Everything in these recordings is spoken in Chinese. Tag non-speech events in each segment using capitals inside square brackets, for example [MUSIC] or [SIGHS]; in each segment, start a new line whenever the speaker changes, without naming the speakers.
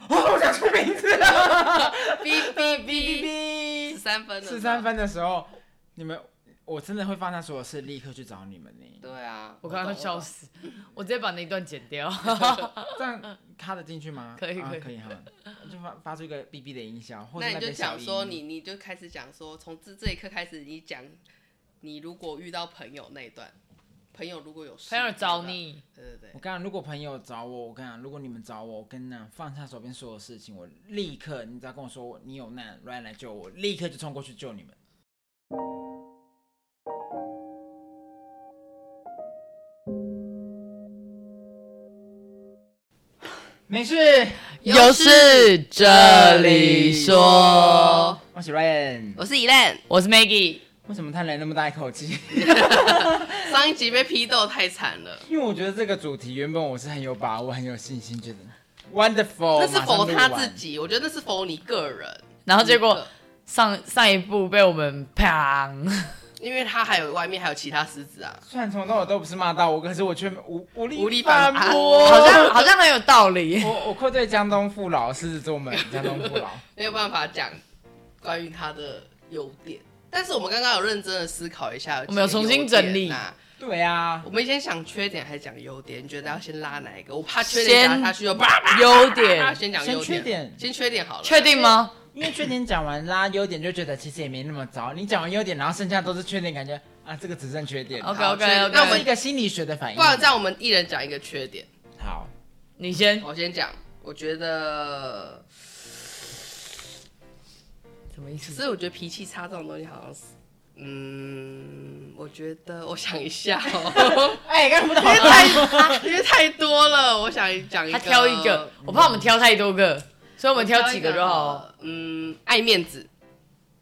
[LAUGHS] 讲出名字，
[LAUGHS]
哔哔哔
哔
哔哔，
哔哔，
十三分了，
四三。分的时候，你们我真的会放下所有事，立刻去找你们呢。
对啊，
我刚刚笑
死。
死，我直接把那一段剪掉。
这样卡得进去吗？
可以
啊
可以
可以哈，就发发出一个哔哔的音效，或者
那你就
边小
讲说
音
你，你就开始讲说，从这这一刻开始，你讲你如果遇到朋友那一段，朋友如果有事
朋友找
那一
你，
段，对对
我
对，
跟你讲，如果朋友找我，我跟你讲，如果你们找我，我跟你讲，放下手边所有事情，我立刻，你只要跟我说你有难，Ryan 来救我，我立刻就冲过去救你们。 [SIGHS] 没事，
有事
这
里说，我是 Ryan。
我是 Elan，
我是 Maggie，
为什么叹了那么大一口气？ [LAUGHS]
上一集被批斗太惨
[LAUGHS]
了，
因为我觉得这个主题原本我是很有把握、很有信心，觉得 wonderful，
那是
马上
否
录
他
完
自。己？我觉得那是否你个人。
然后结果
你
上上一部被我们砰，
个，因为他还有外面还有其他狮子啊，
虽然从头到尾都不是骂到我，可是我却无无力
无力
反
反
驳。
好像好像很有道理。
我我愧对江东父老、狮子座们、江东父老。 [LAUGHS]
没有办法讲关于他的优点。但是我们刚刚有认真的思考一下，
我们有重新整
有几个
理
优点啊
对啊，
我们先想缺点还是讲优点？你觉得要先拉哪一个？我怕缺点讲下去就叭叭。
优
啊
点
先讲
先
优
缺
点
点，
先缺点好了。
确定吗？
因为缺点讲完啦，优点就觉得其实也没那么糟。你讲完优点，然后剩下都是缺点，感觉啊，这个只剩缺点。
OK
好确
OK OK，
定那
这
我
是
们
一个心理学的反应
不。然这样，我们一人讲一个缺点。
好，
你先
我先讲，我觉得，
什么意
可
思？
是我觉得脾气差这种东西好像是，嗯，我觉得我想一下哦， [LAUGHS]
哎，刚刚不懂
因为太因为太多了，我想讲一个，
他挑一个，，我怕我们挑太多个，所以我
我
们挑几个就好了。
了。嗯，爱面子，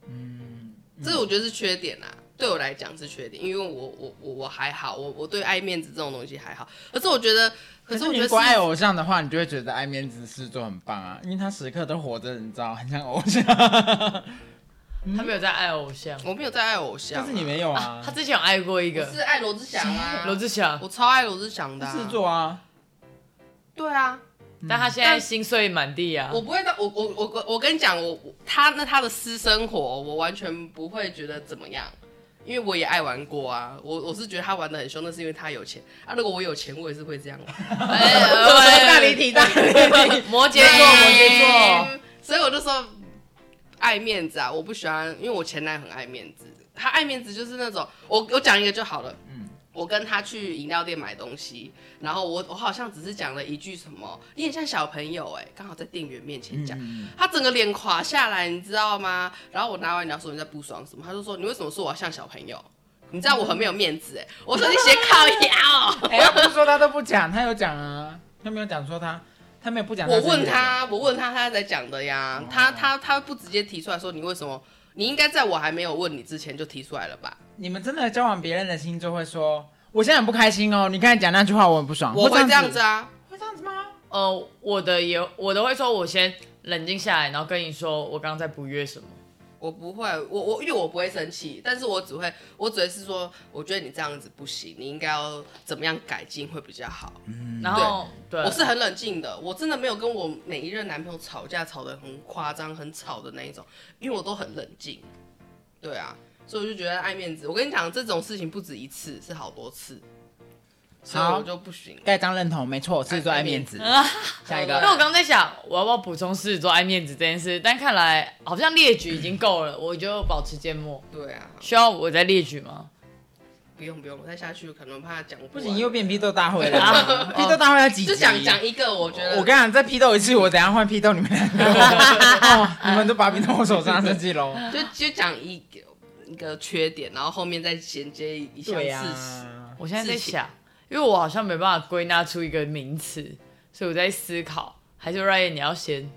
嗯
这我觉得是缺点啊，对我来讲是缺点，因为我我我我还好，我我对爱面子这种东西还好。可是我觉得，可
可
是
是
我
你
觉
如
得
果爱
是，
偶像的话，你就会觉得爱面子狮子座很棒啊，因为他时刻都活着，你知道，很像偶
[LAUGHS]
像。
啊
他没有在爱偶像，
我没有在爱偶像、
但
啊，
是你没有啊，
他之前有爱过一
我
个
是爱罗志祥
[LAUGHS]
啊，
罗志祥，
我超爱罗志祥的、
狮子
啊，
座啊，
对啊，
但他现在心碎满地啊
我。不会到我我我我我跟你讲，我我他那他的私生活，我完全不会觉得怎么样，因为我也爱玩过啊，我我是觉得他玩的很凶，那是因为他有钱啊，如果我有钱，我也是会这样玩。 [LAUGHS]
哎
大离题，大离 [LAUGHS] 题。
摩羯座，摩羯座。
对，所以我就说爱面子啊，我不喜欢，因为我前男友很爱面子，他爱面子就是那种我我讲一个就好了，
嗯
我跟他去饮料店买东西，然后我我好像只是讲了一句什么，你很像小朋友哎、刚好在店员面前讲。
嗯
他整个脸垮下来，你知道吗？然后我拿完饮料说你在不爽什么，他就说你为什么说我像小朋友？你知道我很没有面子哎、我说你写烤腰，
哎，他不是说他都不讲，他有讲啊，他没有讲说他，他没有不讲。
我问
是哦
他，我问他，他才讲的呀。他他他不直接提出来说你为什么？你应该在我还没有问你之前就提出来了吧？
你们真的交往别人的星座会说，我现在很不开心哦，你刚才讲那句话我很不爽，
我会这样
子
子，啊，
会这样子吗？
呃，我的也我都会说，我先冷静下来，然后跟你说我刚刚在不约什么。
我不会，我我因为我不会生气，但是我只会，我只会是说，我觉得你这样子不行，你应该要怎么样改进会比较好。
嗯
然后对，
我是很冷静的，我真的没有跟我每一任男朋友吵架，吵得很夸张、很吵的那一种，因为我都很冷静。对啊，所以我就觉得爱面子。我跟你讲，这种事情不止一次，是好多次，所以
好
我就不行。
盖章认同，没错，狮子座爱面子。
哎
下一
因
[LAUGHS]
为
个，
我刚刚在想我要不要补充狮子座爱面子这件事，但看来好像列举已经够了，我就保持缄默。
对啊，
需要我再列举吗？
不用不用，我再下去可能怕讲
不
不
行，
完
又变批斗大会
[LAUGHS]
啊
了。批斗大会要几集？
就讲讲一个，我觉得
我跟你讲，再批斗一次，我等一下换批斗你们
[LAUGHS]
两个。哦，你们都把柄从我手上设计喽。
就就讲一个一个缺点，然后后面再衔接一项
对啊呀、
事实。
我现在在
事情
想，因为我好像没办法归纳出一个名词，所以我在思考，还是 Ryan 你要先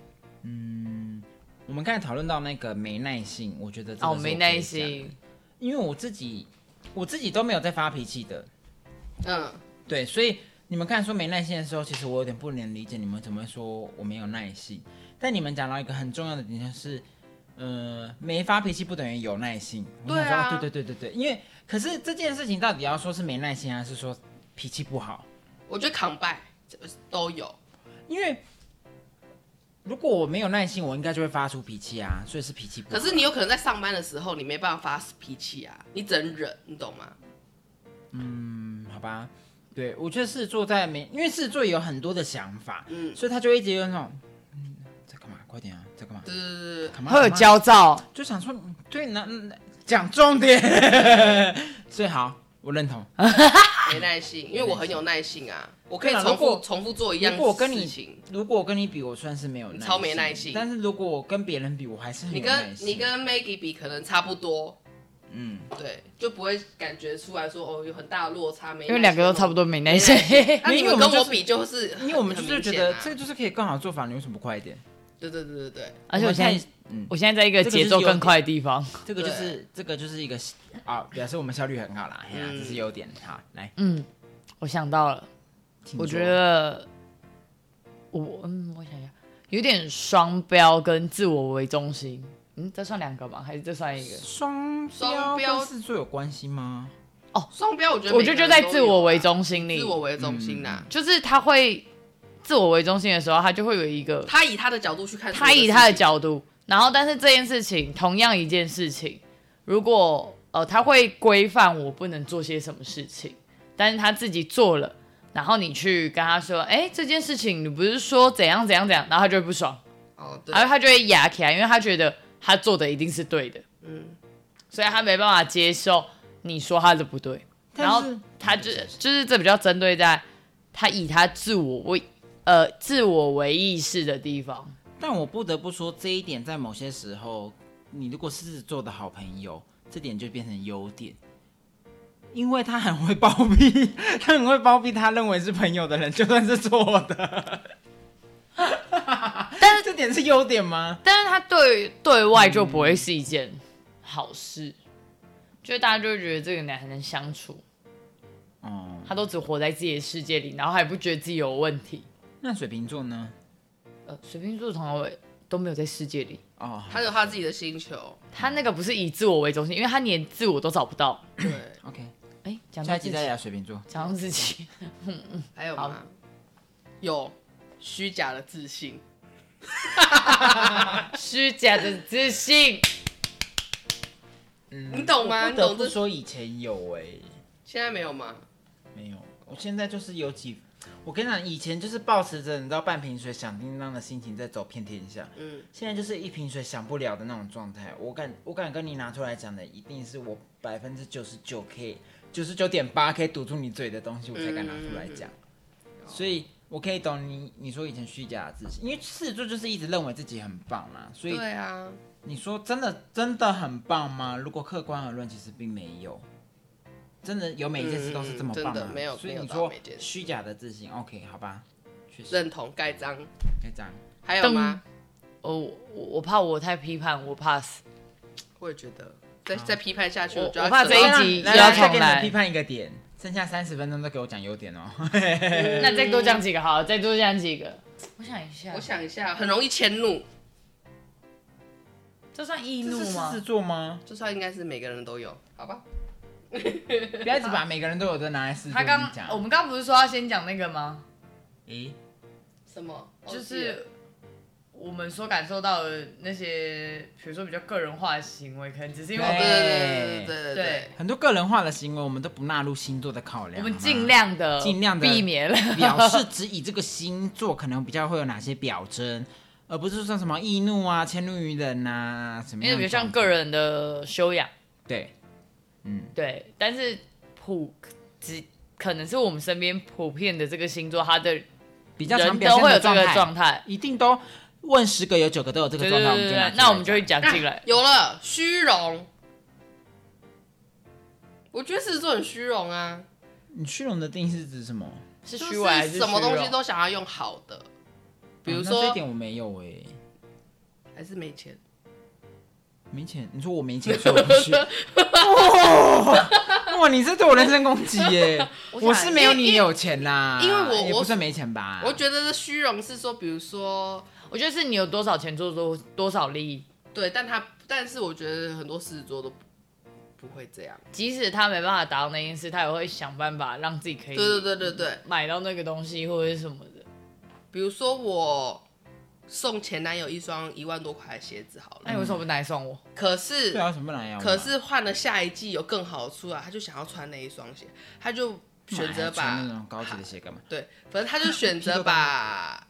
我们刚才讨论到那个没耐性，我觉得这个
哦，
是
没
可以
耐
讲的，
心，
因为我自己我自己都没有在发脾气的，
嗯，
对，所以你们刚才说没耐心的时候，其实我有点不能理解你们怎么会说我没有耐心。但你们讲到一个很重要的点就是，呃，没发脾气不等于有耐心。我想
对啊
说对对对对对，因为可是这件事情到底要说是没耐心，还是说脾气不好？
我觉得扛拜都有。
因为如果我没有耐心，我应该就会发出脾气啊，所以是脾气不好。
可是你有可能在上班的时候，你没办法发脾气啊，你只能忍，你懂吗？
嗯，好吧，对我觉得狮子座在没，因为狮子座有很多的想法，嗯，所以他就会一直有那种，嗯，在干嘛？快点啊，在干嘛？
对对对对对，
干嘛
会有，焦躁，
就想说，嗯对，那嗯讲重点， [LAUGHS] 所以好，我认同。
没耐心，因为我很有耐心啊，我可以
对啊
重
如
复
果
重复做一样
如果我跟
事
你
情。，
如果我跟你比，我算是没有耐心，
超没耐心
但是如果我跟别人比，我还是很
你
有耐
跟
心。
你跟 Maggie 比可能差不多，
嗯，
对，就不会感觉出来说哦有很大的落差，没
因为两个都差不
多。
多没耐心。
那你
因为我们
们跟
就是
我比就是很，
因为我们就是觉得
很明啊
这
显
个就
啊
是可以更好做法，你为什么不快一点？
对对对对对，
[LAUGHS] 而且我现
们
在
太，嗯，
我现在在一个节奏更快的地方。
这个就是这个就是一个啊，表示我们效率很好啦，哎呀，
嗯
这是优点。好，来，
嗯，我想到了，
请
我
坐
觉得我嗯，我想一下，有点双标跟自我为中心。嗯，这算两个吗？还是这算一个？
双
双标
标跟狮子座有关系吗？
双标我觉得
我觉得就在
每个人都
自
有啊
我为中心里
自，我为中心呐、
就是他会自我为中心的时候，他就会有一个
他以他的角度去看，
他以他的，角度，然后但是这件事情同样一件事情，如果呃他会规范我不能做些什么事情，但是他自己做了，然后你去跟他说，哎、这件事情你不是说怎样怎样怎样，然后他就会不爽，
哦对
然，后他就会压起来，因为他觉得他做的一定是对的，
嗯，
所以他没办法接受你说他的不对，然后
但是
他就就是这比较针对在他以他自我为呃自我为意识的地方。
但我不得不说这一点，在某些时候，你如果狮子座的好朋友，这点就变成优点。因为他很会包庇， [LAUGHS] 他很会包庇他认为是朋友的人，就算是错的。
但是
这点是优点吗？
但是他对对外就不会是一件好事，就大家就会觉得这个男很难相处，
哦、
他都只活在自己的世界里，然后还不觉得自己有问题。
那水瓶座呢？
呃，水瓶座从头到尾都没有在世界里，
哦，
他有他自己的星球，
他那个不是以自我为中心，因为他连自我都找不到。
对，
OK，
哎，讲
下
到
一
自
集
己
再，聊水瓶座。
讲到自己，
还有吗？有虚假的自信，
虚假的自信，嗯
你懂吗？
我
你
不得
懂
不
这？
说以前有哎、
现在没有吗？
没有，我现在就是有几，我跟你讲，以前就是抱持着你知道半瓶水响叮当的心情在走遍天下，
嗯，
现在就是一瓶水想不了的那种状态。我敢，我敢跟你拿出来讲的，一定是我百分之九十九 k、九十九点八 k 堵住你嘴的东西，我才敢拿出来讲。所以，我可以懂你你说以前虚假的自信，因为狮子座就是一直认为自己很棒嘛，所以
对啊，
你说真的真的很棒吗？如果客观而论，其实并没有。真的有每一件事都是这么棒吗？
嗯嗯嗯真的没有
所以你
没有到
说
每件事
虚假的自信，OK，好吧，确实
认同盖章，
可以这样。
还有吗？
哦，我我怕我太批判，我怕死。
我也觉得，再再批判下去，
我
就要
我怕
扯
这一
到
集
来来
又要
来再
重
给你们
来
批判一个点，剩下三十分钟都给我讲优点哦。
那再多讲几个好了，再多讲几个。我想一下，
我想一下，很容易迁怒，
这算易
这 [LAUGHS]
怒
是狮
吗
子？座吗？
就算应该是每个人都有，好吧？
不要一直把每个人都有的拿来狮子座
他刚
讲。
哦
我们刚不是说要先讲那个吗？
诶，
什么？
就是我们所感受到的那些，比如说比较个人化的行为，可能只是因为我
哦对对
们
对对对对
对
很多个人化的行为，我们都不纳入星座的考量。
我们
好吗
尽量的
尽量地
避免了。
[LAUGHS] 表示只以这个星座可能比较会有哪些表征，而不是说什么易怒啊、迁怒于人啊什么
[LAUGHS] 因
样
为
的状况。
比较像个人的修养，
对，
对，但是普只可能是我们身边普遍的这个星座，他的
比较常
人
表
都
现
会有
的
这
状
个
态，
状态，
一定都问十个有九个都有这个
对
状态，
对
我们就
对
拿
对
出，来
那我们就会
讲
讲进
啊 [LAUGHS]
来。
有了虚荣，我觉得狮子座很虚荣啊，
你虚荣的定义是指什么？
是
就
虚伪还
是
是
什么
虚荣嗯
东西都想要用好的，比如
啊那这一
说
点我没有哎、
还是没钱，
没钱，你说我没钱，所以我
[LAUGHS]
不去。哦哇哇，你这对我人身攻击耶、
[LAUGHS] 想
我是没有你有钱啦，
因为因为我
也
我
不算没钱吧。
我觉得这虚荣是说，比如说
我觉得是你有多少钱做多多少利益，
对，但他但是我觉得很多狮子座都不不会这样，
即使他没办法达到那件事，他也会想办法让自己可以
对对对对对，
买到那个东西或者是什么的。
比如说我送前男友一双一万多块的鞋子好了，
那你为什么不拿来送我？
可是
对啊，为什哎么不来呀？
可是换了下一季有更好的出来，他就想要穿那一双鞋，他就选
买
择
还
把
穿那种高级的鞋干嘛？
对，反正他就选择把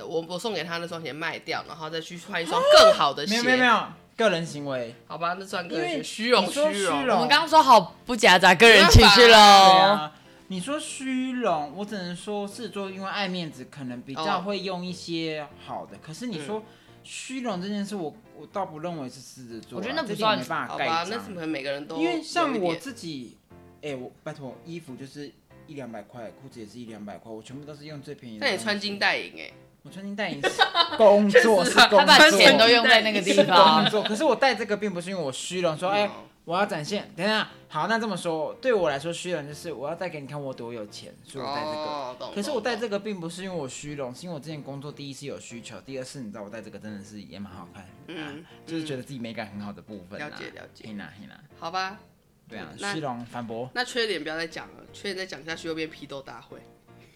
我我送给他那双鞋卖掉，然后再去换一双更好的鞋。
没有没有没有，个人行为。
好吧，那算个人
因
学
为
虚荣
你说
虚
虚
荣。
荣
我们刚刚说好不夹杂个人情绪
嗯
哦
对
喽。
啊，你说虚荣，我只能说是做，因为爱面子，可能比较
哦
会用一些好的。可是你说虚荣这件事，我我倒不认为是狮子座啊，
我觉得那不
这点
算
没办
好
法盖
吧，
章。
那怎么每个人都
因为像
有一
我
点
自己，哎、我拜托，衣服就是一两百块，裤子也是一两百块，我全部都是用最便宜的
那
东西。
你穿金戴银哎、
我穿金戴银是工作
[LAUGHS]
是
啊
工作，
他把钱都用在那个地
是工 [LAUGHS]
方，
作。可是我戴这个并不是因为我虚荣，说哎、
嗯
我要展现。等一下，好，那这么说，对我来说虚荣就是我要带给你看我多有钱，所以我戴这个。
哦，懂。
可是我戴这
个
个并不是因为我虚荣，是因为我之前工作第一是有需求，第二是你知道我戴这个真的是也蛮好看，
嗯
啊，就是觉得自己美感很好的部分、啊。
了解了解
嘿啦嘿啦，
好吧，
对啊，
那
虚荣反驳。
那缺点不要再讲了，缺点再讲下去又变批斗大会。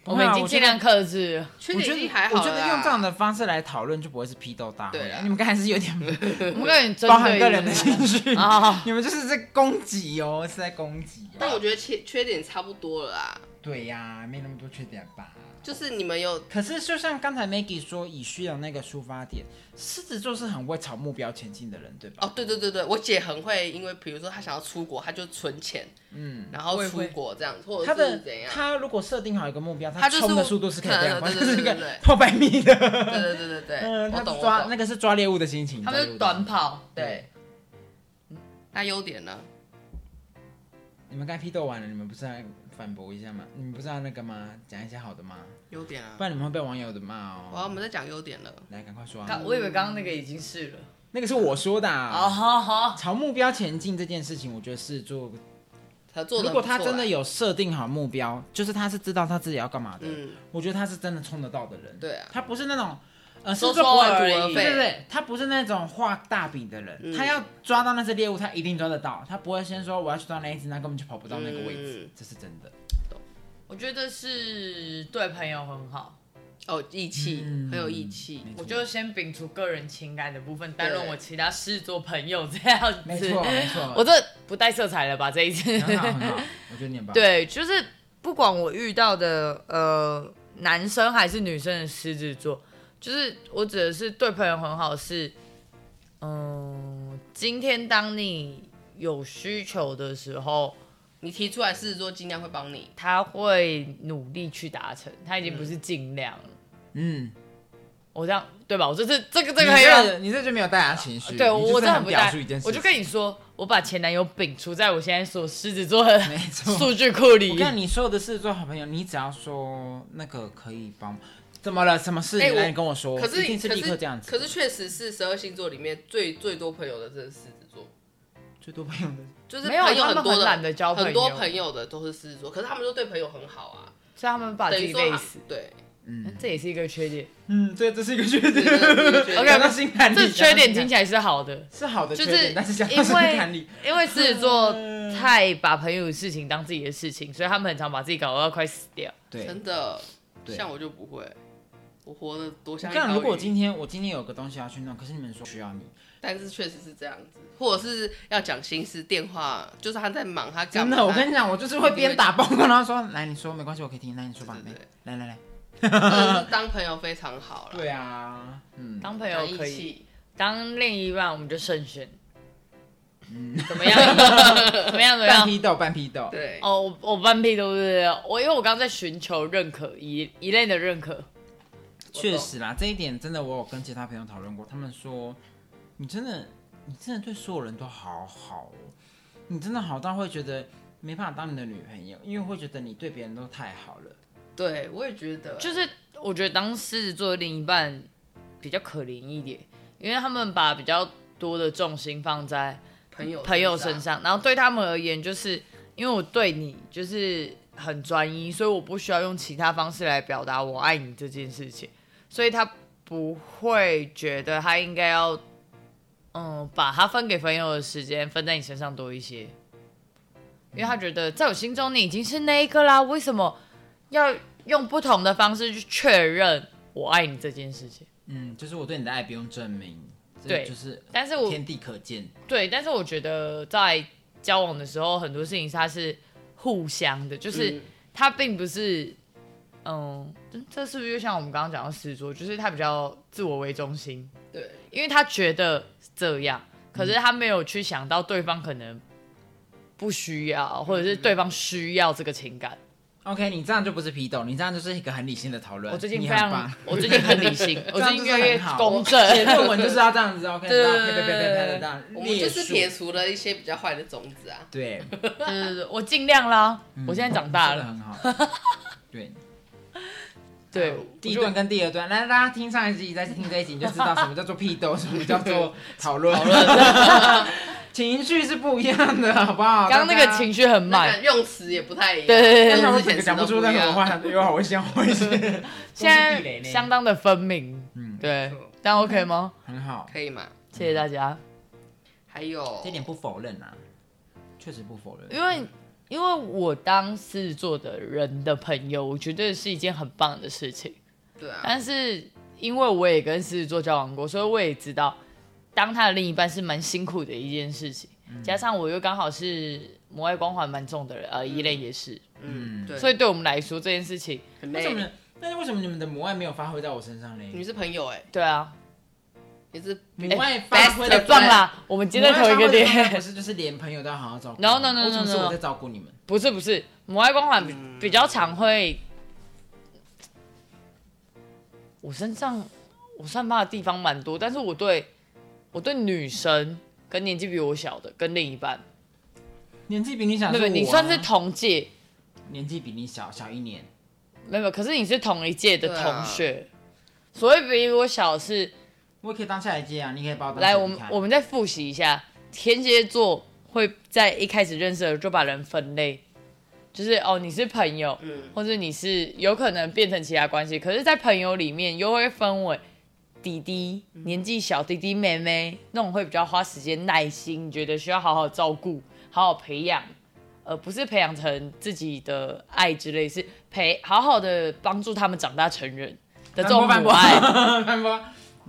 我们已经尽量克
[LAUGHS]
制了。
缺
我觉
点
得
已经还好
我觉得用这样
的
的方式来讨论就不会是批斗大会
对啊
了
啦。
你们刚才是有点
[LAUGHS]
我们个人针
包含
对
个人的
于
情绪，
啊，
你们就是在攻击哦，是在攻击哦。
但我觉得缺缺点差不多了啦，
对呀、没那么多缺点吧。
就是你们有
可是就像刚才 Maggie 说，以虚荣那个出发点，狮子座是很会朝目标前进的人，对吧？
哦，对对对对，我姐很会，因为比如说她想要出国，她就存钱，嗯，然后
我也
出
会
国这样，或
他
者是
的
怎样？
他如果设定好一个目标，
他
他
就是
冲的速度是可以这样，
对
反
对
正是
对对
一个
对对
破百米
[LAUGHS]
的。
对对对对对，
嗯，
我
他
懂我
抓那
懂。
个是抓猎物的心情，
他们
抓猎
就
物的心
短
情。 [LAUGHS]
跑，
对，那优点呢？
你们该批斗完了，你们不是要反驳一下吗？你们不是要那个吗？讲一些好的吗？
优点啊
不，然你们会被网友的骂
哇，我
哦。
们在讲优点了。
来，赶快说啊
刚！我以为刚刚那个已经是了。
那个是我说的、
哦，
啊。
好好，
朝目标前进这件事情，我觉得是做
他做的，
如果他真的，有设定好目标，就是他是知道他自己要干嘛的，
嗯，
我觉得他是真的冲得到的人。
对啊
他不是那种呃，
说
是做不完
说而
图文
已嗯
对对对，他不是那种画大饼的人，他要抓到那只猎物，他一定抓得到，他不会先说我要去抓那一只，那根本就跑不到那个位置，
嗯
这是真的。
我觉得是对朋友很好。
哦，义气，
嗯
很有义气。
没错
我就先摒除个人情感的部分，担任
对
我其他事做朋友这样子。
没错，没错，
[LAUGHS] 我这不带色彩了吧？这
[LAUGHS]
一次，
很好很好，我觉得你很棒。，
对，就是不管我遇到的呃男生还是女生的狮子座，就是我指的是对朋友很好是，嗯、今天当你有需求的时候，
你提出来，狮子座尽量会帮你。
他会努力去达成，他已经不是尽量了。
嗯，
我这样对吧？我这是这个这
这个
个很有。
你这就没有带他情绪，
对，
你就是
我真的
很
不
表
带
述一件，事，
我就跟你说，我把前男友摒除在我现在所狮子座的
没错
数据库
我
里。
看你所有的事做好朋友，你只要说那个可以帮，怎么了？什么事？
哎
你
我
来，你跟我说。
可是
一定是
可
立刻
是
这样子。
可是确实是十二星座里面最最多朋友的，真的是狮子座。
最多朋友的，
就是
没有啊
朋友
他们
多
很
的，
懒得交朋友
很多朋友的都是狮子座，可是他们都对朋友很好啊，
所以他们把自
等于
己
说
累
他
死，
对，
嗯这也是一个缺点。
嗯，对，这是一个缺
这
点。
个是一个缺点
OK，
讲到心坎里，
这缺点
讲到心
听
坎里
起来是好的，
是好的缺
就是
点，但是讲到
因
心
为
坎里，
因为狮子座太把朋友的事情当自己的事情，所以他们很常把自己搞到快死掉。
对。
真的，
对
像我就不会，我活得多像一
看，
条
如果我
鱼
今天我今天有个东西要去弄，可是你们说需要你，
但是确实是这样子，或者是要讲心事，电话就是他在忙，他干
真
嘛？
的，我跟你讲，我就是会边打包跟他说，来，你说没关系，我可以听，来你说吧
对对，
来来来来，
真的是当朋友非常好了，
对啊，嗯，
当朋
很
友
有义
可以，
气，
当另一半我们就慎选。怎么样？
[LAUGHS]
怎么样？怎么
嗯半
样？
批斗，半批斗，
对，
哦，我我半屁对不对？我因为我刚刚在寻求认可，一一类的认可。
我
确
懂
实啦，这一点真的我有跟其他朋友讨论过，他们说你真的你真的对所有人都好好哦，你真的好到会觉得没办法当你的女朋友，因为会觉得你对别人都太好了。
对我也觉得，
就是我觉得当狮子座的另一半比较可怜一点，因为他们把比较多的重心放在
朋友
朋友身，上，然后对他们而言，就是因为我对你就是很专一，所以我不需要用其他方式来表达我爱你这件事情，所以他不会觉得他应该要。嗯，把他分给朋友的时间分在你身上多一些，因为他觉得在我心中你已经是那一个啦，为什么要用不同的方式去确认我爱你这件事情？
嗯，就是我对你的爱不用证明，这
对
就是
但是我
天地可见，
对，但是我觉得在交往的时候，很多事情它是互相的，就是
嗯
它并不是，嗯，这这是不是就像我们刚刚讲到狮座，就是他比较自我为中心，
对，
因为他觉得这样，可是他没有去想到对方可能不需要，或者是对方需要这个情感。
OK，你这样就不是批斗，你这样就是一个很理性的讨论。
我最近
你
非
很
常
棒，，
我最近很理性，我最近越来越公
[LAUGHS] 写论
正。
文就是要这
[LAUGHS]
样子，OK，
对
然后啪啪啪啪啪的这样
我们就是
列
撇
数
除了一些比较坏的种子啊。
对，
对对对，我尽量啦，我现在长大
说得
了。
很好。
[LAUGHS]
对，
对，
第一段跟第二段，来大家听上一集，再听这一集，你就知道什么叫做批 [LAUGHS] 斗，什么叫做讨论。讨论 [LAUGHS] 情绪是不一样的，好不好？
刚刚那个情绪很
那
满
个，用词也不太一样，
对对对
跟
绪
之前词
讲
都
不出
一
任何
样。
话，又好危险，好危
[LAUGHS]
险。
现在相当的分明。
嗯
对
没错，
这样 OK 吗？
很好，
可以吗？
谢谢大家。
还有
这点不否认啊，确实不否认。
因为因为我当狮子座的人的朋友，我觉得是一件很棒的事情。
对啊，
哎
但是因为我也跟狮子座交往过，所以我也知道，当他的另一半是蛮辛苦的一件事情。加上我又刚好是母爱光环蛮重的人，呃，依恋也是，
嗯，对，
所以对我们来说这件事情，
很
为什
累。
么？但是为什么你们的母爱没有发挥到我身上
你
嗯
呢？
是朋友哎，
对啊，
你是
母爱发挥
best 的
的
撞，啦，我们接在同一个
不
点，
是就是连朋友都要好好照顾。
No, no, no, no,
为什么是
no, no.
我在照顾你们？
不是不是，母爱光环比比较常会，我身上我散发的地方蛮多，但是我对我对女生跟年纪比我小的跟另一半，
年纪比你小，
对不对？你算是同届，
年纪比你小小一年，
没有，可是你是同一届的同学，所谓比我小是
我也可以当下一届啊，你可以把我当
来，
小一
我们
看
我们再复习一下，天蝎座会在一开始认识的时候就把人分类，就是哦你是朋友，
嗯
或者你是有可能变成其他关系，可是，在朋友里面又会分为。弟弟年纪小，弟弟妹妹那种会比较花时间、耐心，觉得需要好好照顾、好好培养，而不是培养成自己的爱之类，是培好好的帮助他们长大成人的这种
反
[LAUGHS] 母
驳
爱。
[LAUGHS] 反驳，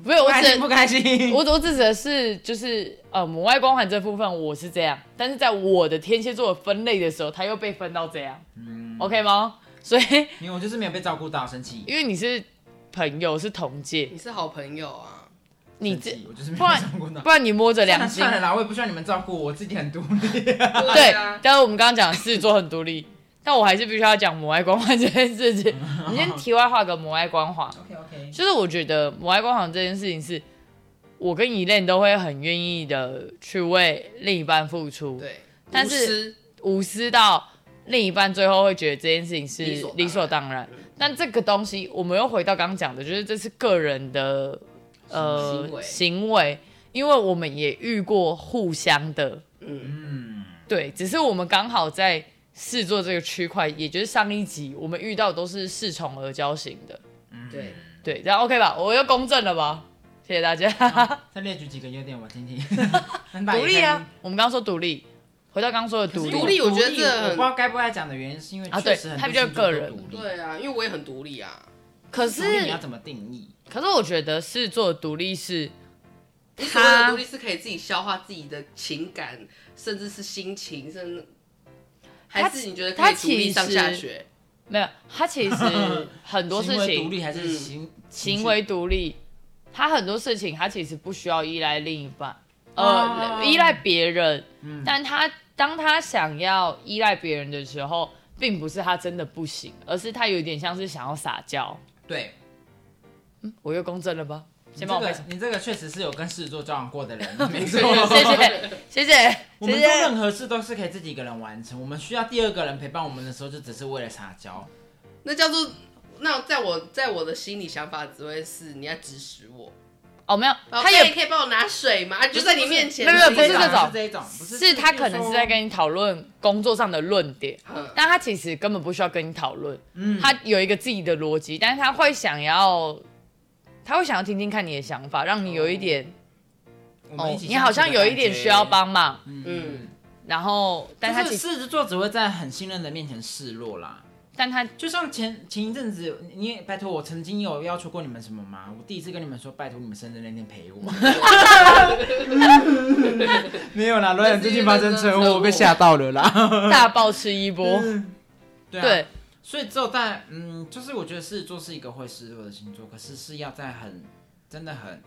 不是，我
开
只
心不开心？
我我指的是就是呃母爱光环这部分我是这样，但是在我的天蝎座的分类的时候，它又被分到这样、o k 吗？所以
[LAUGHS] 因为我就是没有被照顾到，生气。
因为你是朋友是同届，
你是好朋友
[LAUGHS]
啊，
你
生
这
气我就是没
不
有被
然
照顾
[LAUGHS]
到
不。然你摸着良
[LAUGHS]
心
算，了啦，我也不需要你们照顾我，我自己很独立。
对
啊，，
但是我们刚刚讲的狮子座很独立，但我还是必须要讲母爱光环这件事情。你先题外话个母爱光环，
OK OK，
就是我觉得母爱光环这件事情是，我跟依恋都会很愿意的去为另一半付出，
对，
但
无
是
私
无私到另一半最后会觉得这件事情
理
是
所当然嗯
理所当然。但这个东西，我们又回到刚刚讲的，就是这是个人的呃
行为
行为，因为我们也遇过互相的，
嗯，
对，只是我们刚好在试做这个区块，也就是上一集我们遇到都是恃宠而骄型的，
嗯
对，
对，这样 OK 吧？我又公正了吧？谢谢大
[LAUGHS]
家，
再列举几个优点，我听听。
[LAUGHS] 独
独
立啊！我们刚刚说独立，回到刚刚说的独立，
独立我觉得这
我不知道该不该讲的原因，是因为
啊
确实
对
很
它
多
比较
星座
个
都
人
独立
对啊，因为我也很独立啊，
可
所以
是
你要怎么定义？
可是我觉得狮子座的独立是。
你所谓的
他
独立是可以自己消化自己的情感，甚至是心情，甚至还是你觉得可
他
以独立上下学？
没有，他其实
[LAUGHS]
很多事
行为独
情嗯
立还是行
行为独立，他很多事情他其实不需要依赖另一半，呃，
哦嗯
依赖别人。但他当他想要依赖别人的时候，并不是他真的不行，而是他有点像是想要撒娇。
对？
我又公正了吧？先
你
帮
这
我背
个
上。
你这个确实是有跟狮子座交往过的
[LAUGHS]
人，没错。
谢谢
[LAUGHS]
谢谢
我
谢
们做
谢。
任何事都是可以自己一个人完成，我们需要第二个人陪伴我们的时候，就只是为了撒娇。
那叫做那在我在我的心里想法只会是你要指使我，
哦，没有，
宝
他
贝
也
可以帮我拿水吗？啊就在你面前，
没有没有不是
这
这种
这种，不是
是他可能是在跟你讨论工作上的论点，
嗯
但他其实根本不需要跟你讨论，
嗯
他有一个自己的逻辑，但是他会想要，他会想要听听看你的想法，让你有一点，
我们
哦
一，起
你好像有一点需要帮忙，
嗯，
然后，但
但
他
是
其实
狮子座只会在很信任的面前示弱啦。
但他
就像前前一阵子，你你也拜托我曾经有要求过你们什么吗？我第一次跟你们说，拜托你们生日那天
[LAUGHS]
陪我。没有啦，罗远最近发生车祸，我被吓到了啦。
[LAUGHS] 大爆吃一
[LAUGHS]
波，
对啊，
对，
所以只有在嗯，就是我觉得狮子座是一个会失落的星座，可是是要在很真的很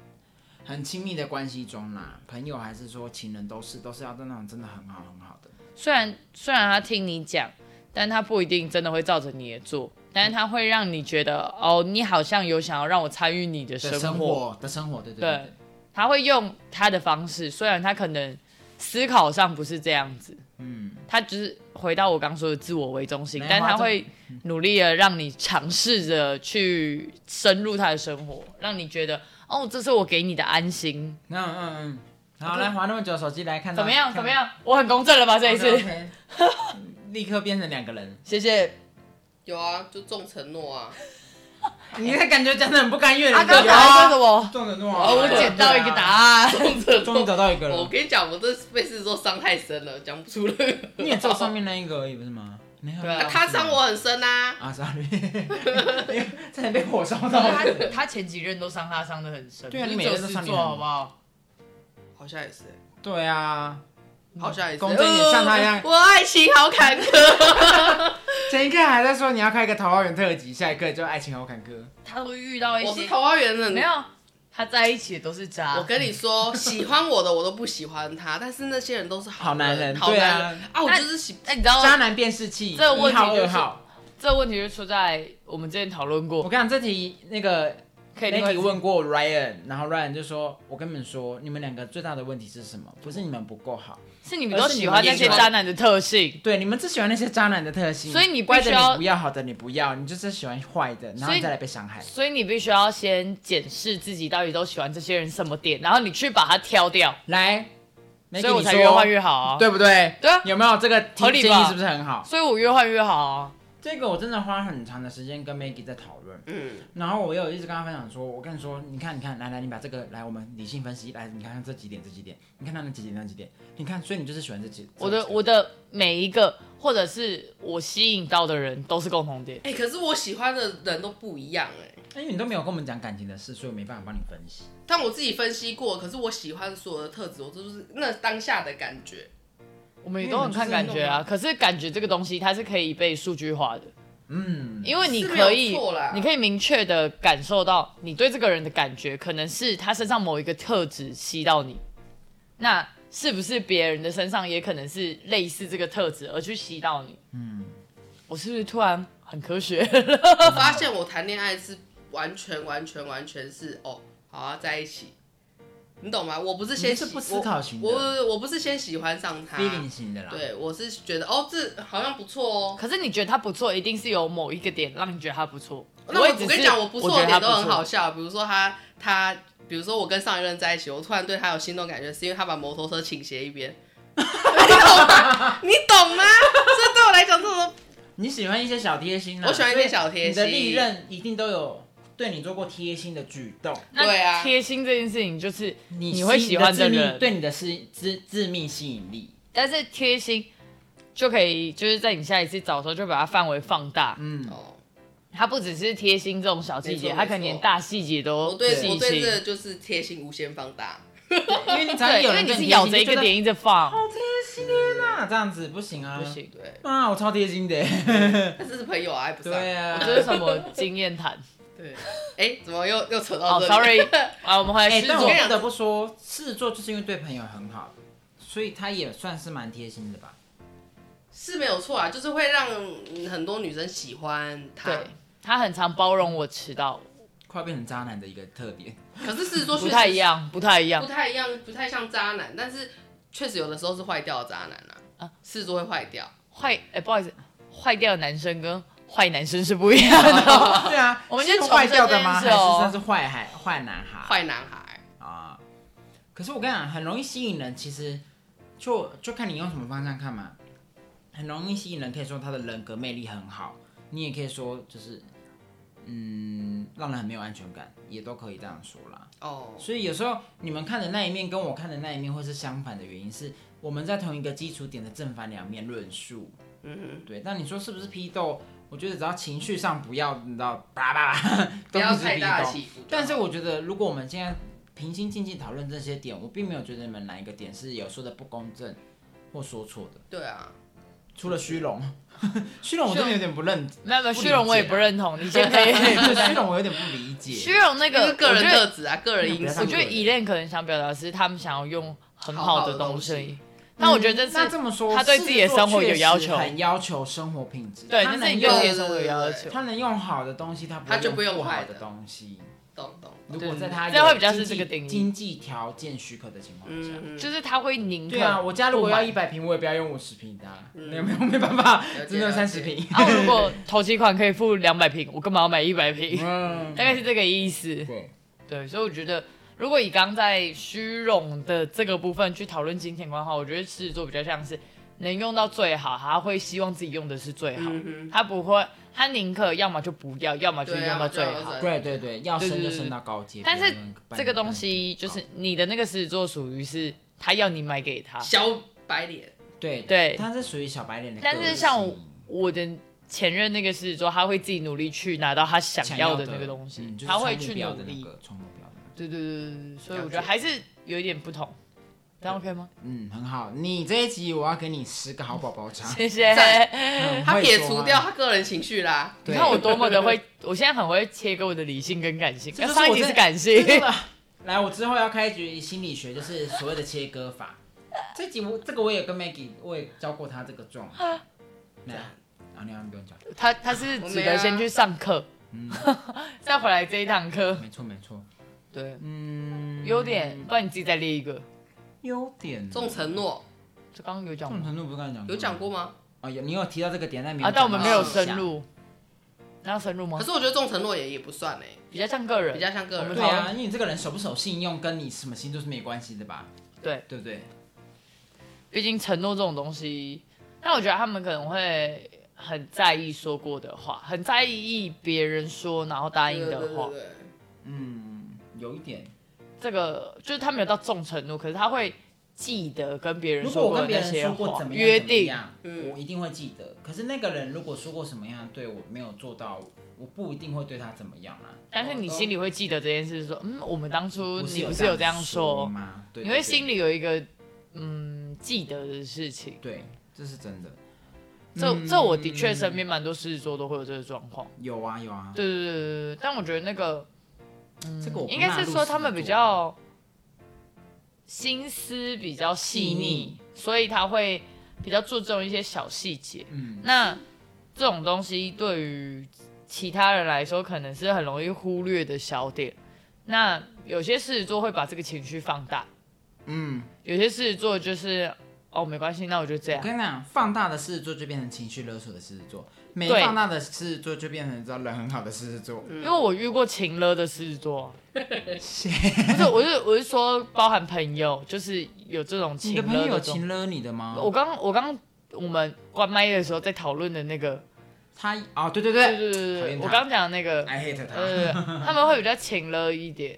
很亲密的关系中啦，朋友还是说情人都是都是要在那种真的很好很好的。
虽然虽然他听你讲，但他不一定真的会照着你的做，但是他会让你觉得哦，你好像有想要让我参与你的
的生活的生活，对对
对
对
他会用他的方式，虽然他可能思考上不是这样子，嗯，他只是回到我刚说的自我为中心
没，有
但
他
他
这
会努力的让你尝试着去深入他的生活，让你觉得哦，这是我给你的安心，
嗯嗯嗯，好，来划那么久手机来看到
怎么样？
看
怎么样？我很公正了吧？这一次，
OK，OK [LAUGHS] 立刻变成两个
[LAUGHS]
人。
谢谢。
有啊，就重承诺啊。
你这感觉讲的很不甘愿。
他
你
啊刚
懂
才
吗
说什么？
中的诺啊，
哦，我捡到一个答案。
案，终于找到一个
我
了。
跟你讲，我这被狮子座伤太深了，讲不出来。
你也只有上面那一个而已，不是吗？没有，
对啊
啊他伤我很深啊。
啊，sorry，差点被火烧到。
他他前几任都伤他伤的很深，
对啊
不是
你每任
只有
都伤你
狮子座
很
好不好？
好像也是欸、
对啊，
嗯
好像也是。
公正一点像他一样
呃我爱情好坎坷。
前一刻还在说你要开一个桃花源特辑，下一刻就爱情好坎坷。
[LAUGHS] 他会遇到一
呃我
些
是桃花源人，
[LAUGHS] 没。有，啊他在一起的都是渣。
我跟你说，喜欢我的我都不喜欢他，但是那些人都是
好男人
人，好
对啊
男人啊！我就是喜，
哎、你知道
渣男辨识器，
这个
一
问题
号、二
就是
号。
这个问题就出在我们之前讨论
我
过，
跟你讲，这题那个
可以另外
Maggie 问过 Ryan，然后 Ryan 就说：“我跟你们说，你们两个最大的问题是什么？不是你们不够好，
是你们都喜欢那些渣男的特性，
对，你们只喜欢那些渣男的特性，
所以你必
乖
须
的
要
你不要，好的你不要，你就是喜欢坏的，然后
所以
你再来被伤害。
所以你必须要先检视自己到底都喜欢这些人什么点，然后你去把它挑掉，
来，没
所以
跟
我
你
才
说
越换越好啊。，
对不对？
对啊
[LAUGHS] 有没有这个
合
提
理
建
吧
议是不是很好？
所以我越换越好啊。
这个我真的花很长的时间跟 Maggie 在讨论，
嗯，
然后我有一直跟他分享说，我跟你说，你看，你看，来来，你把这个来，我们理性分析，来，你看看这几点，这几点，你看他那几点，那几点，你看，所以你就是喜欢这几，
我
这
的
几
我的每一个，或者是我吸引到的人都是共同点。
哎、可是我喜欢的人都不一样哎、
因为你都没有跟我们讲感情的事，所以我没办法帮你分析。
但我自己分析过，可是我喜欢所有的特质，我就是那当下的感觉。
我们也都很看感觉啊，可是感觉这个东西它是可以被数据化的，
嗯，
因为你
是没
可
有
以
错啦，
你可以明确的感受到你对这个人的感觉，可能是他身上某一个特质吸到你，那是不是别人的身上也可能是类似这个特质而去吸到你？嗯，我是不是突然很科学？ [LAUGHS]
我发现我谈恋爱是完全完全完全是哦，好啊，在一起，你懂吗？我不是先
你是
喜
不思考型的
我我我不是先喜欢上
啊
他，
低龄型啊的啦，，
对我是觉得哦，这好像不错哦。
可是你觉得他不错，一定是有某一个点让你觉得他不错。
哦那
我
我
也只是
跟你讲，我不错的
觉得他
点都很
错
好。笑，啊比如说他他，比如说我跟上一任在一起，我突然对他有心动感觉，是因为他把摩托车倾斜一边， [LAUGHS] 你懂吗？你懂吗？这对我来讲，这种
你喜欢一些小贴心啦，
我喜欢一些小贴心
所以你的历任一定都有对你做过贴心的举动，
那
对啊
贴心这件事情就是
你
你会喜欢
的
的
致
人
命，对你的是致致命吸引力。
但是贴心就可以就是在你下一次找的时候就把它范围放大，
嗯，
哦，
它不只是贴心这种小细节，
没错
它可能连大细节
我
都
对
细
我对
心
这。个就是贴心无限放大。
因为你只要
对，因
有
为
人
你
跟
是
你
咬
贴心
着一个
就觉得
点一直放，
好贴心啊，这样子不行啊，
不。行，
对，
啊，我超贴心的。
但是是朋友啊，爱不上。
对啊，
这是什么经验谈？
对，哎，怎么又又扯到
哦
这里
，sorry，啊，我们回来
哎、
狮子
但
座
我，不得不说，狮子座就是因为对朋友很好，所以他也算是蛮贴心的吧。
是没有错啊，就是会让嗯很多女生喜欢他
对。他很常包容我迟到，
快变成渣男的一个特点，
可是狮子座确
不
实
太一样，不太一样
不。太一样，不太像渣男，但是确实有的时候是坏掉的渣男啊，
啊
狮子座会坏掉。
坏，哎、不好意思，坏掉的男生跟坏男生是不一样的。
对啊，
哦我们
是
先
个坏掉的吗？还
重申这
是
件事哦
他是坏孩坏男孩
坏男孩，
啊？可是我跟你讲，很容易吸引人，其实就就看你用什么方向看嘛。很容易吸引人，可以说他的人格魅力很好，你也可以说就是，嗯，让人很没有安全感，也都可以这样说啦。
哦，
所以有时候你们看的那一面跟我看的那一面会是相反的原因是，我们在同一个基础点的正反两面论述。
嗯
对，但你说是不是批斗？我觉得只要情绪上不要，你知道，叭叭叭，
不要
动之
太
以
大的
动
起伏就好。
但是我觉得，如果我们现在平心静气讨论这些点，我并没有觉得你们哪一个点是有说的不公正或说错的，
对啊，
除了虚荣， [LAUGHS] 虚荣我真的有点不认，
那个
不
虚
理
荣
解
我也不
啊
认同，你先
[LAUGHS]
可以
虚荣我有点不理 [LAUGHS]
虚
解。
荣那
这
个
是个人
我觉得
特质啊，个人因素
我。觉得 e l a n 可能想表达的是他们想要用很
好
好
好
的
的
东
东西
西，但我觉得
嗯那
这是
这么说，
他对自己的生活有要求
狮子座确实很要求生活品质。
对，
他
就是
能
你
有
对
用
自己的生活有要
对
求，
他能用好的东西，他
他就
不
不
用
用
不好
坏
的
的
东西。
懂懂，
如果在他
这样会
有
比较
经
是这
济
个定义
经济条件许可的情况下，
嗯，
就是是他会宁可
对啊，我家如果要
不买
一百平，我也不要用五十平的啊，
嗯
没有没有没办法
了，解
只能
了
三十
解
平。
啊，我如果投期款可以付两百平，我干嘛要买一百平？
嗯，
[LAUGHS] 大概是这个意思。
对，
对，所以我觉得，如果以刚刚在虚荣的这个部分去讨论金钱观的话，我觉得狮子座比较像是能用到最好，他会希望自己用的是最好，
嗯
他不会，他宁可要么就不要，要么就用到最
对啊
好
对啊。
对啊对对，要
对
升就
对
升到高阶。
但
不要
是
用半
这个
年
东
半
西就是你的那个狮子座属于是他要你买给他
哼，，小白脸，
对
对
它是属于小白脸的个
但
性。
是像我我的前任那个狮子座，他会自己努力去拿到他想
想
要
要
的那个东西，
嗯就是
他会
冲目
去
标
努
的那
力。
个冲目标的那个
对对对对对，所以我
了
觉得
解
还是有一点不同，这样 OK 吗？
嗯，很好。你这一集我要给你十个好宝宝
[LAUGHS]
奖。
谢谢。
赞
嗯
[LAUGHS] 他撇除
会说
掉，
话
他个人情绪啦。
对
啊你看我多么
[LAUGHS]
的会，我现在很会切割我的理性跟感性，
这就是
上一
我
集
在
是感性
真。的来，我之后要开一局心理学，就是所谓的切割
[LAUGHS]
法。这集我这个我也跟 Maggie 我也教过他这个状况。来，啊，你要不用教。
[LAUGHS] 他他是
我
值
没
得
啊
先去上课，
嗯，
[LAUGHS] 再回来这一堂课。
没错没错。
对，
嗯，
优点，不然你自己再列一个。
优点。
这种承诺
这刚刚有讲
重
吗
程度不是刚才讲
有讲过吗？
啊？有你有提到这个点，但没有
啊，但我们没有
讲到
深入，
嗯
那要深入吗
可？是我觉得这种承诺也也不算哎，
比较像个人，
比较像个
我
人
们
对
讨
啊，
论
因为你这个人守不守信用，跟你什么星座是没关系的吧？
对，
对不对？
毕竟承诺这种东西，但我觉得他们可能会很在意说过的话，很在意别人说然后答应的话。
对对对对
嗯，有一点。
这个就是他没有到重程度，可是他会记得跟别人
如
说
果我
过
跟
的
别
那
人
些
说过
话
怎么样
约
怎么
定。
样，
嗯
我一定会记得。可是那个人如果说过什么样的对我没有做到，我不一定会对他怎么样啊。
但是你心里会记得这件事，说，嗯，我们当初
不
你不
有
是有这样
说
说，
吗？对，
你会
对
心里有一个嗯记得的事情。
对，对这是真的。嗯
这这我的确身边蛮多狮子座都会有这个状况。
有啊有啊，
对对对对对，但我觉得那个
这个我不
应该
纳入啊
是说他们比
星座
较心思比较细
细
腻
腻，
所以他会比较注重一些小细节。
嗯，
那这种东西对于其他人来说，可能是很容易忽略的小点。那有些狮子座会把这个情绪放大，
嗯，
有些狮子座就是哦没关系，那我就这
我
样。
跟你讲，放大的狮子座就变成情绪勒索的狮子座，没
对嗯
放大的狮子座就变成知道人很好的狮子座。
因为我遇过情勒的狮
[LAUGHS]
子座，不是，我是我是说包含朋友，就是有这种
你
情
的朋
勒
友有
的状。
情勒你的吗？
我刚我刚我们关麦的时候在讨论的那个，
他啊、对对
对
对
对对
讨
对，
厌
我
他
刚讲的那个，
，I hate 他。
呃，他们会比较勤了一点。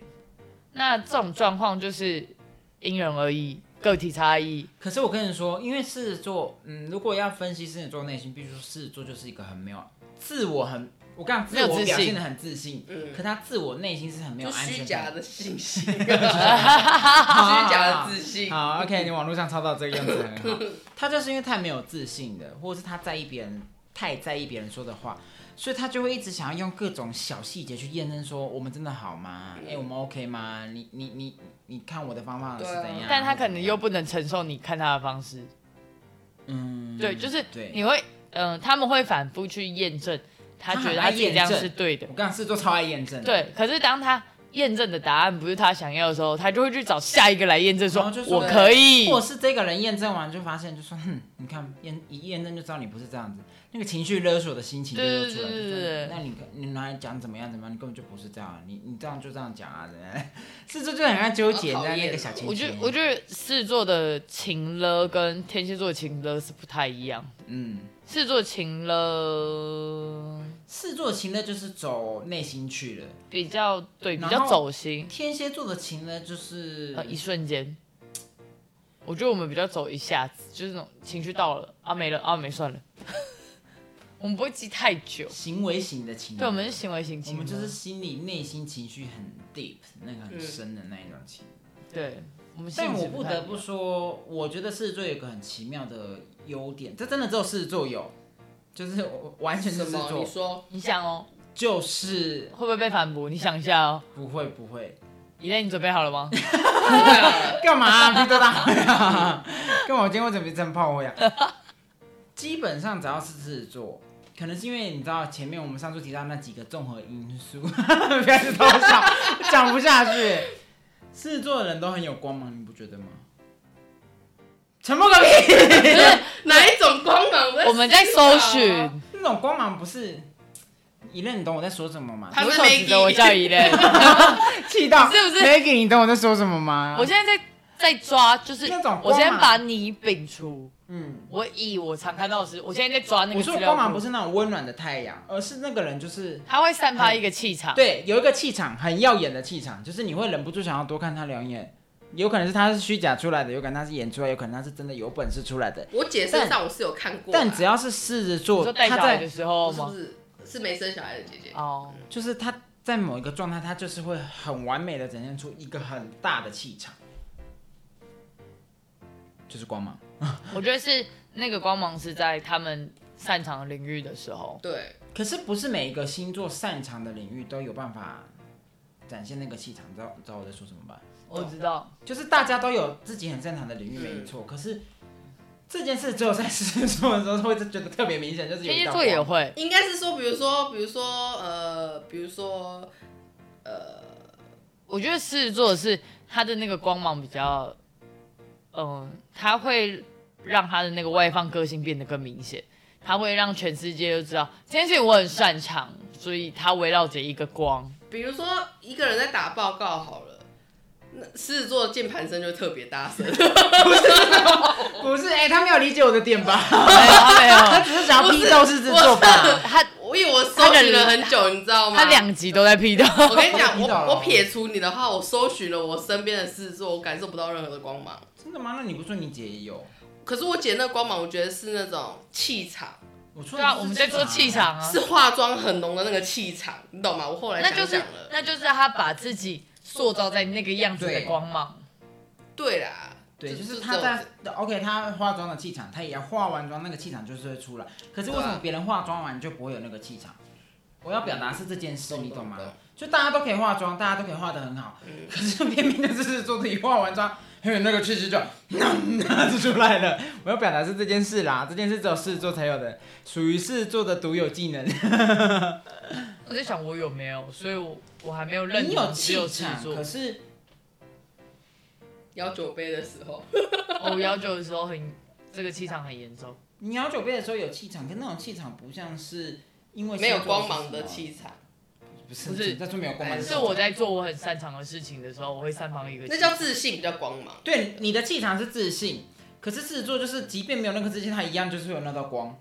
那这种状况就是因人而异，个体差异。
可是我跟你说，因为狮子座，嗯，如果要分析狮子座内心，必须说狮子座就是一个很没有自我很，我刚刚
没
自
有
我
自
表现
信
的很自信，
嗯
可他自我内心是很没有
就
安
虚
全
假
感，
的
[LAUGHS]
信心，虚假的自信。
好，OK，你网 [LAUGHS] 络上抄到这个样子很好。 [LAUGHS] 他就是因为太没有自信了，或者是他在意别人，太在意别人说的话，所以他就会一直想要用各种小细节去验证说我们真的好吗？
嗯
哎、我们 OK 吗？你你你你看我的方法是
对
怎
啊
样？
但他
或
可
怎
能
么
又
样
不能承受你看他的方式。
嗯，
对，就是
对。
你会，嗯、他们会反复去验证，他觉
他
得他
很爱
自己这样
验证
是对的
我。刚刚是做超爱验证的，
对，可是当他验证的答案不是他想要的时候，他就会去找下一个来验证
然后就说
我可以。
或者是这个人验证完就发现，就说，哼，你看验一验证就知道你不是这样子，那个情绪勒索的心情就
对
又出来，
对
就
对
说
对对
那你你拿来讲怎么样怎么样，你根本就不是这样啊，你你这样就这样讲啊，怎么样？ [LAUGHS] 是这就很爱纠结
好讨
在
厌
那个小情
哦我觉
绪
得，，我觉得狮子座的情勒跟天蝎座的情勒是不太一样。
嗯，
狮子座情了，
狮子座的情勒就是走内心去了，
比较对，比
然后
较走心，
天蝎座的情勒就是
呃，一瞬间。我觉得我们比较走一下子，就是那种情绪到了啊没了啊没算了， [LAUGHS] 我们不会记太久。
行为型的情人，
对，我们是行为型
我
情
们
人，
就是心里内心情绪很 deep，那个很深的那一种情。
对，我们性
但
质
我不
太一
得
样
不说，我觉得狮子座有一个很奇妙的优点，这真的只有狮子座有，就是我完全是
什
狮子
么？你
座，
说 [LAUGHS]
你想哦，
就是
会不会被反驳？你想一下
[LAUGHS]
哦。
不会不会，
以类，你准备好了吗？
干嘛、啊？逼得大会啊？干嘛？我今天为什么变成炮灰啊？基本上只要是狮子座，可能是因为你知道前面我们上述提到那几个综合因素，不要去偷笑，讲不下去。狮子座的人都很有光芒，你不觉得吗？沉默个屁！
哪一种光芒？
我们在搜
[LAUGHS]
寻，
那种光芒不是一愣，你懂我在说什么吗？
他
如
是
手指得
Maggie
我叫以类。
气到
是不是
m a g g 你懂我在说什么吗？
我现在在在抓，就是
那种光芒
我先把你摒除，
嗯，
我以我常看到的是，我现在在抓那个
我
资
说的
料
光芒
库
不，是那种温暖的太阳，而是那个人就是
它会散发一个气场。
对有一个气场很耀眼的气场，就是你会忍不住想要多看他两眼。有可能是他是虚假出来的，有可能他是演出来，有可能他是真的有本事出来的。
我解释上我是有看过啊，
但只要是狮子
你
座，
说带
他
小孩的
在
时候
不是不
吗？
是是没生小孩的姐姐，
哦，
就是他在某一个状态，他就是会很完美的展现出一个很大的气场，就是光芒。
我觉得是那个光芒是在他们擅长的领域的时候。
对，
可是不是每一个星座擅长的领域都有办法展现那个气场，你知道你知道我在说什么吧？
我知道，
就是大家都有自己很擅长的领域，
嗯
没错。可是这件事只有在狮子座的时候会觉得特别明显，就是有
天
一
蝎
道
座也
光
会，
应该是说，比如说，比如说，呃，比如说，呃，
我觉得狮子座是他的那个光芒比较，嗯，他会让他的那个外放个性变得更明显，他会让全世界都知道这件事情我很擅长，所以他围绕着一个光。
比如说一个人在打报告好了，那狮子座的键盘声就特别
[LAUGHS]
大声，
不是，哎、他没有理解我的
[LAUGHS]
点吧？
没有他
[LAUGHS]
没
他
有，
只是想要批斗狮子座吧？
他
我以为我搜寻了很久，你知道吗？
他两集都在批斗。
我跟你讲，
我知道
我我撇除你的话，我搜寻了我身边的狮子座，我感受不到任何的光芒。
真的吗？那你不是说你姐也有？
可是我姐那光芒，我觉得是那种气场，
我说
对
的
啊，
是
我们在做气
啊。
场啊，
是化妆很浓的那个气场，你懂吗？我后来
那
想
就是
想了，
那就是他把自己塑造在那个样子的
对
光芒。
对啦，
对，就是
这
他
种
在 OK，他化妆的气场，他也要化完妆，那个气场就是会出来。可是为什
对
么
啊
别人化妆完就不会有那个气场？我要表达是这件事，
懂
你懂吗
懂嗯懂？
就大家都可以化妆，大家都可以化得很好，可是偏偏就是做自己化完妆，还有那个气息就
嗯
那就出来了。我要表达是这件事啦，这件事只有狮子座才有的，属于狮子座的独有技能。
我在想我有没有，所以我我还没有认
你
同
有
只
气
有狮
场，
子座
可。是
摇酒杯的时候，
哦我幺九的时候很，这个气场很严重。
你摇酒杯的时候有气场，跟那种气场不像是因为
没有
星座是
光芒的
什么
气场，
不
不
是
是
再说没有光芒
哎
的气
是
场，
我在做我很擅长的事情的时候，我会散发一个气。
那叫自信，比较光芒。
对你的气场是自信，可是狮子座就是即便没有那颗自信，他一样就是会有那道光，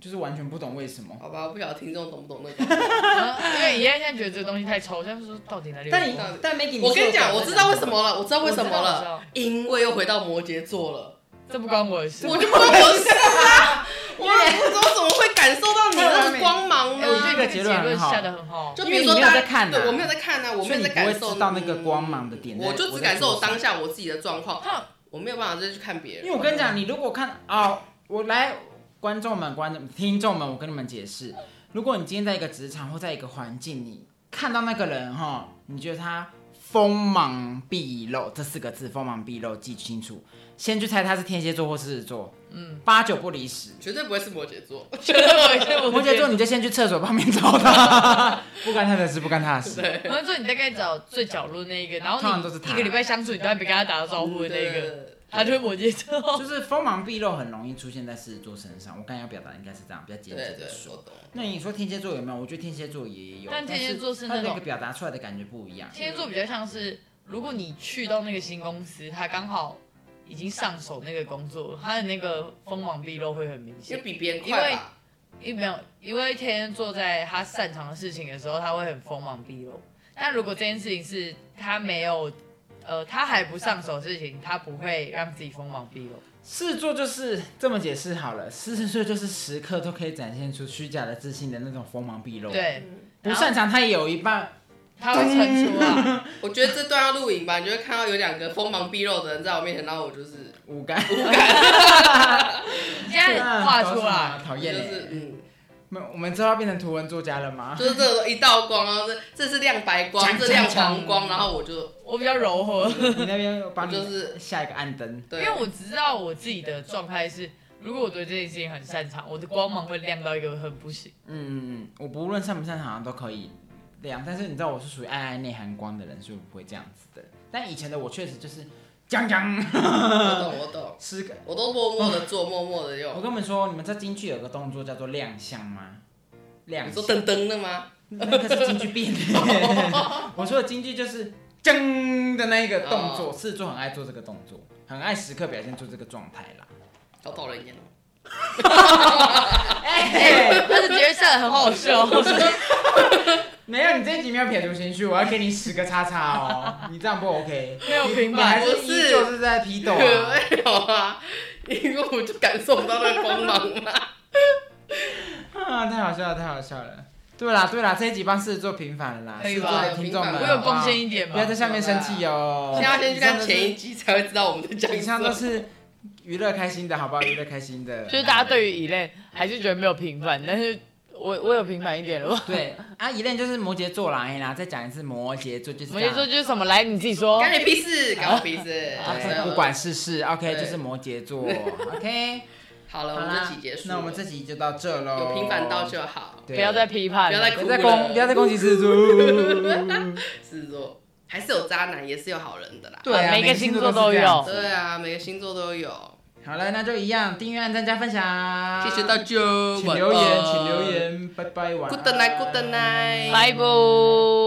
就是完全不懂为什么。
好吧，我不晓得听众懂不懂那个。
啊因为以前现在觉得这个东西太抽象，说到底哪里有
但你
光？
但 Maggie，你
我跟你讲，
是有
我知道为什么了，我知道为什么
我知道我
了
知，
因为又回到摩羯
[LAUGHS]
座了。
这不关我的事。
我就不懂事啊，我我怎么会感受到你那个光芒
哎
呢？
[LAUGHS] 我觉得
这个
结
结论很好
下的很 [LAUGHS] 好。
就
因
比
为
如
你没
说
有
大家
在看啊
对我没有在看啊，我没有在感
所以
受嗯
你不会知道那个光芒的点在
我就只感受我当下我自己的状况，
他
我没有办法再去看别人。
因为我跟你讲，你如果看啊、我来观众们、观众听众们，我跟你们解释，如果你今天在一个职场或在一个环境，你看到那个人哈，你觉得他锋芒毕露这四个字，锋芒毕露，记清楚，先去猜他是天蝎座或狮子座，嗯，八九不离十。
绝对不会是摩羯
[LAUGHS]
座，
觉得我是
摩羯座，你就先去厕所旁边找他， [LAUGHS] 不干他的事，不干他的事。
对，
摩羯座你大概找最角落那一个，然
通
后
常
你
都是他
一个礼拜相处，你都还没跟他打招呼的那个，
对
他就是摩羯 [LAUGHS] 座。
就是锋芒毕露很容易出现在狮子座身上。我刚才要表达应该是这样，比较简
[LAUGHS] 对
洁
对，
的
对
说。
我懂。
那你说天蝎座有没有？我觉得天蝎座也有，
但天蝎座是那
但
种
它那个表达出来的感觉不一样。
天蝎座比较像是，如果你去到那个新公司，他刚好已经上手那个工作，他的那个锋芒毕露会很明
因
显
为。比别人快吧，
因为没有，因为天蝎座在他擅长的事情的时候，他会很锋芒毕露。但如果这件事情是他没有呃，他还不上手的事情，他不会让自己锋芒毕露。
狮子座就是这么解释好了，狮子座就是时刻都可以展现出虚假的自信的那种锋芒毕露。，
对，
不擅长他也有一半，
他会成熟啊。
我觉得这段要录影吧，你就会看到有两个锋芒毕露的人在我面前，然后我就是
五感，
现在
[LAUGHS]
画出
啊
来，
讨
我
厌
就
嘞
是嗯，
我们我们之后要变成图文作家了吗？
就是这种一道光，然后这这是亮白光，
讲
这亮
讲嗯
黄光，然后我就
我比较柔和，
你那边我帮你
就是
下一个暗灯，
对，
[LAUGHS] 因为我只知道我自己的状态是，如果我对这件事情很擅长，我的光芒会亮到一个很不行。
嗯嗯嗯，我不论擅不擅长都可以亮，但是你知道我是属于爱爱内涵光的人，所以我不会这样子的。但以前的我确实就是讲讲
我懂我懂，
十个。
我都默默的做，默默的
我
用。
跟你们说，你们知道京剧有个动作叫做亮相吗？亮
你说
相。
噔噔的吗？
那个是京剧变的。 [LAUGHS] 我说的京剧就是“铮”的那一个动作，狮子座很爱做这个动作，很爱时刻表现出这个状态啦。
好讨人厌哦。
[LAUGHS]
哎，
但是觉得笑得很好 [LAUGHS] 笑，
没有，你这一集没有撇除情绪，我要给你十个叉叉哦，你这样不 [LAUGHS] OK。
没有平
你
板
还。是
不是
依旧是在批斗 [LAUGHS] 啊？
[LAUGHS] 没有啊，因为我就感受不到那个光芒嘛。
啊，太好笑了，太好笑了。对啦，对啦，这一集帮狮子座平反了啦，
可
狮
以
子
吧
座的听众们，
我
我有贡献一点
好不好
吗
不要？在下面生气哦。
现在要先去
以上
看
都是
前一集才会知道我们在
以
讲什
上都
么。
是娱乐开心的，好不好？娱乐开心的，
就是大家对于以类还是觉得没有平凡，但是我我有平凡一点了。
对啊，一恋就是摩羯座啦，哎啦，再讲一次摩羯座就是
摩
这
羯
样
座就是什么？来你自己说。
干你屁事，干我屁事。
OK，
对
啊
啊
不管世事，OK，
对
就是摩羯座
[LAUGHS]
，OK，
好了，
好
我们
啦
这集结，束了。
那我们这集就到这喽，
有平凡到就好。
对，
不要再批判了，
不要再
不要再
哭了
攻，不要再攻击狮子
[LAUGHS]
座，
狮子座还是有渣男，也是有好人的啦。
对啊，
每个
个
星
星
座
座
都
是这样
有
子
对啊，每个星座都有。
好了，那就一样，订阅、按赞、加分享，
谢谢大，家，
请留言，请留。言，拜拜，晚安
Good night，Good night。
拜拜。